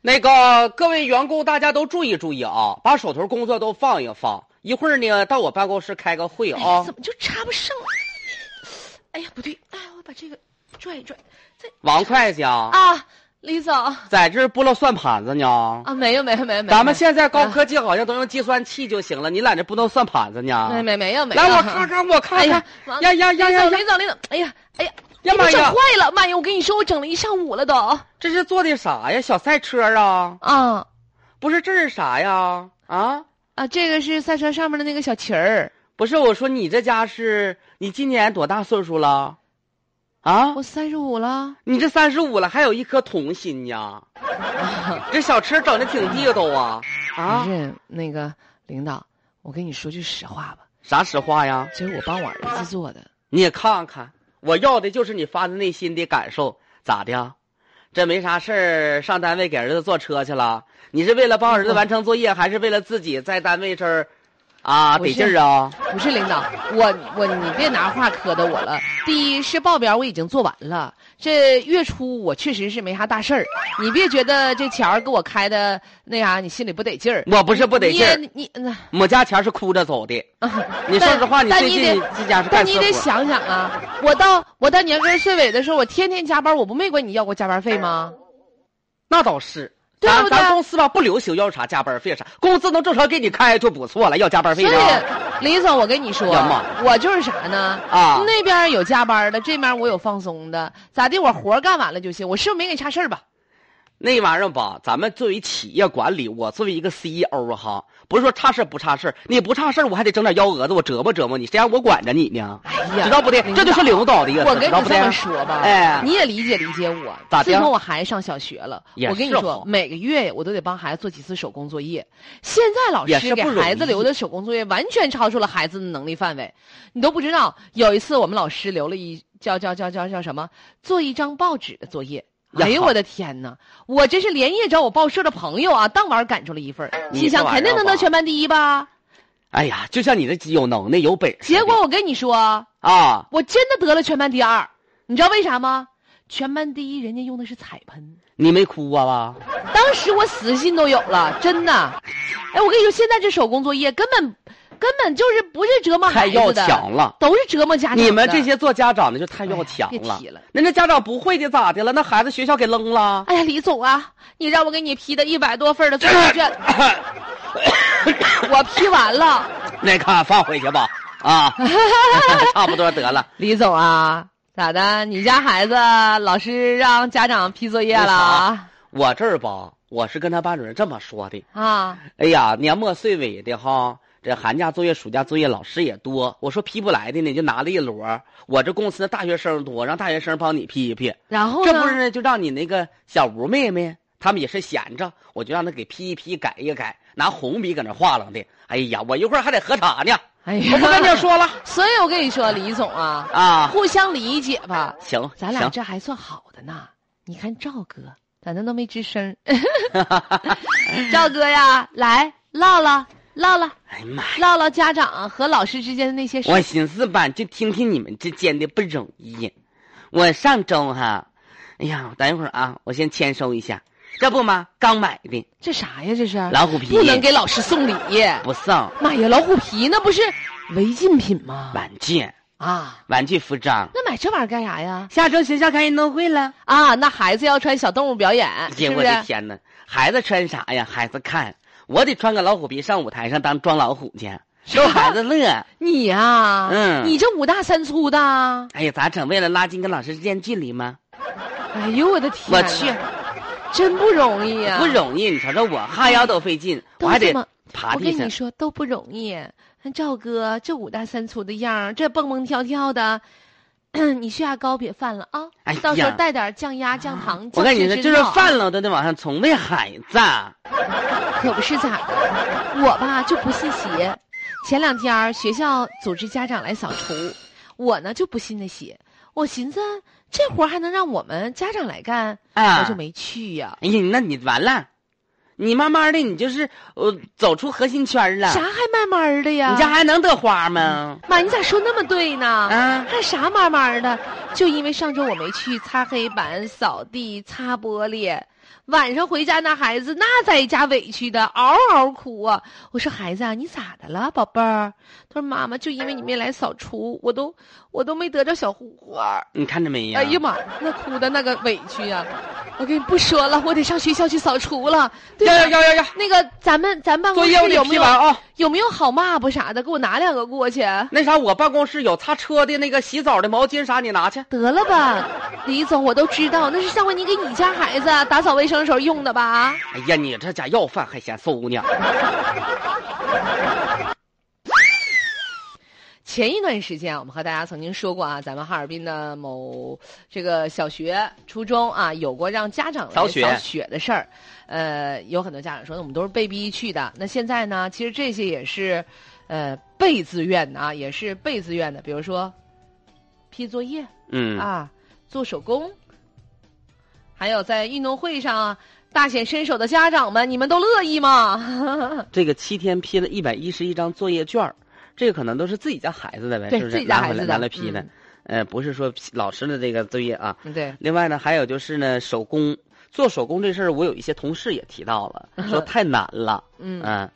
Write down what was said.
那个各位员工，大家都注意注意啊，把手头工作都放一放，一会儿呢到我办公室开个会哎啊怎。么就插不上？哎呀，不对，哎，我把这个拽一拽，再王会计啊，啊，李总啊，在这儿拨了算盘子呢。没有没有没有没有，咱们现在高科技好像都用计算器就行了，你在这不能算盘子呢？没没没有没有，来，我看看，我看哎看呀，王呀呀呀呀呀李！总李总，哎呀哎呀呀，你妈给整呀坏了，妈呀！我跟你说，我整了一上午了都这是做的啥呀？小赛车啊？啊不是，这是啥呀？啊？啊，这个是赛车上面的那个小旗儿，不是，我说你这家是你今年多大岁数了？啊？我三十五了，你这三十五了，还有一颗童心 呀？这小车整的挺地道啊！啊不？是那个领导，我跟你说句实话吧，啥实话呀？这是我帮我儿子做的。你也看看，我要的就是你发自内心的感受，咋的呀？这没啥事儿，上单位给儿子坐车去了。你是为了帮儿哦子完成作业，还是为了自己在单位这儿啊不得是劲儿啊？不是领导，我我你别拿话磕的我了。第一是报表我已经做完了，这月初我确实是没啥大事儿。你别觉得这钱儿给我开的那啥，你心里不得劲儿。我不是不得劲儿，你也你 我家钱是哭着走的。那，你说实话，你但最你近得你这家是但干你私得活想想啊，我到我到年根岁尾的时候，我天天加班，我不没管你要过加班费吗？那倒是，对咱不对啊咱公司吧不流行要啥加班费啥，工资能正常给你开就不错了，要加班费啊所以啥？，李总，我跟你说呀妈，我就是啥呢？啊那边有加班的，这边我有放松的，咋地？我活儿干完了就行，我是不是没给你差事儿吧？那玩意儿吧，咱们作为企业管理，我作为一个 CEO 哈，不是说差事儿不差事儿你不差事儿我还得整点幺蛾子，我折磨折磨你，谁让我管着你呢？哎呀，知道不的，领这就是领导的意思，我跟知道你不这的么？说吧，哎你也理解理解我。咋的自从我孩子上小学了，也我跟你是哦说哈，每个月呀我都得帮孩子做几次手工作业。现在老也师是给不容孩子易留的手工作业完全超出了孩子的能力范围，你都不知道。有一次我们老师留了一叫叫叫叫叫什么，做一张报纸的作业。呀哎呦好我的天哪！我真是连夜找我报社的朋友啊，当晚赶出了一份儿，你心这想玩意肯定儿能得吧全班第一吧。哎呀，就像你这有能耐有本事的，结果我跟你说，啊，我真的得了全班第二，你知道为啥吗？全班第一，人家用的是彩喷，你没哭啊吧？当时我死心都有了，真的。哎，我跟你说，现在这手工作业根本，根本就是不是折磨太孩要子的，强了。都是折磨家长的。你们这，些做家长的就太哎要呀强别了提了，人家家长不会的咋的了？那孩子学校给扔 了。哎呀，李总啊，你让我给你批的一百多份儿的作业 卷，我批完了。 那看放回去吧， 啊，差不多得了。李总啊，咋的？你家孩子老师让家长批作业了啊？我这儿吧，我是跟他班主任这么说的。啊，哎呀，年末岁尾的哈，这寒假作业、暑假作业老师也多。我说批不来的呢，就拿了一摞。我这公司大学生多，让大学生帮你批一批。然后呢？这不是就让你那个小吴妹妹，他们也是闲着，我就让她给批一批、改一改，拿红笔搁那画楞的。哎呀，我一会儿还得喝茶呢，哎我呀，不跟你说了 所以我跟你说，李总啊，啊。互相理解吧，行，咱俩行这还算好的呢。你看赵哥，咱那都没吱声 儿。赵哥呀，来唠唠唠唠哎呀妈呀！唠唠家长和老师之间的那些事我。寻思吧，就听听你们之间的不容易。我上周哈，哎呀，等一会儿啊，我先签收一下。这不吗？刚买的这啥呀？这是老虎皮，啊不能给老师送礼。不送妈呀，老虎皮那不是违禁品吗？玩具、啊，玩具服装。那买这玩意儿干啥呀？下周学校开运动会了，啊，那孩子要穿小动物表演，哎是呀，不我啊是？的天哪！孩子穿啥呀？孩子看，我得穿个老虎皮上舞台上当装老虎去，逗孩子乐。你呀、嗯你这五大三粗的，哎呀，咋整？为了拉近跟老师之间距离吗？哎呦我的天！我去，，真不容易呀、不容易。你瞅瞅我哈腰都费劲，我还得都啊这么爬我地跟上你。说都不容易。赵哥这五大三粗的样儿，这蹦蹦跳跳的， 你血压高别犯了啊！哎到时候呀带点酱鸭、酱糖。我酱跟你芝说，士就是料 犯了都得往上冲。为孩子，啊可不是咋的，我吧就不信邪。前两天儿学校组织家长来扫除，我呢就不信那邪。我寻思这活儿还能让我们家长来干，啊我就没去呀、哎呀，那你完了，你慢慢的你就是呃走出核心圈了啥，还慢慢儿的呀？嗯你家还能得花吗？妈，你咋说那么对呢？啊，还啥慢慢的？就因为上周我没去擦黑板、扫地、擦玻璃，晚上回家那孩子那在家委屈的嗷嗷哭啊！我说孩子啊，你咋的了，宝贝儿？他说妈妈就因为你没来扫除，我都我都没得着小红花儿。你看着没呀？哎呀妈，那哭的那个委屈呀、我跟你不说了，我得上学校去扫除了。对要吧要要要要，那个咱们咱办公作室业我得有没批有完啊。有没有好抹布啥的？给我拿两个过去。啊那啥，我办公室有擦车的那个洗澡的毛巾啥，你拿去。得了吧，李总，我都知道，那是上回你给你家孩子啊打扫卫生时候用的吧？哎呀，你这家要饭还嫌馊呢。前一段时间啊，我们和大家曾经说过啊，咱们哈尔滨的某这个小学、初中啊，有过让家长来扫雪扫雪的事儿。呃，有很多家长说，我们都是被逼去的。那现在呢，其实这些也是，呃，被自愿的啊，也是被自愿的。比如说，批作业嗯，啊，做手工，还有在运动会上啊大显身手的家长们，你们都乐意吗？这个七天批了一百一十一张作业卷儿，这个可能都是自己家孩子的呗，对哎是不自是己家拿孩回子来的拿来批的？呃，不是说批老师的这个作业啊。嗯对，另外呢，还有就是呢， 手工做手工这事儿，我有一些同事也提到了，说太难了。嗯嗯，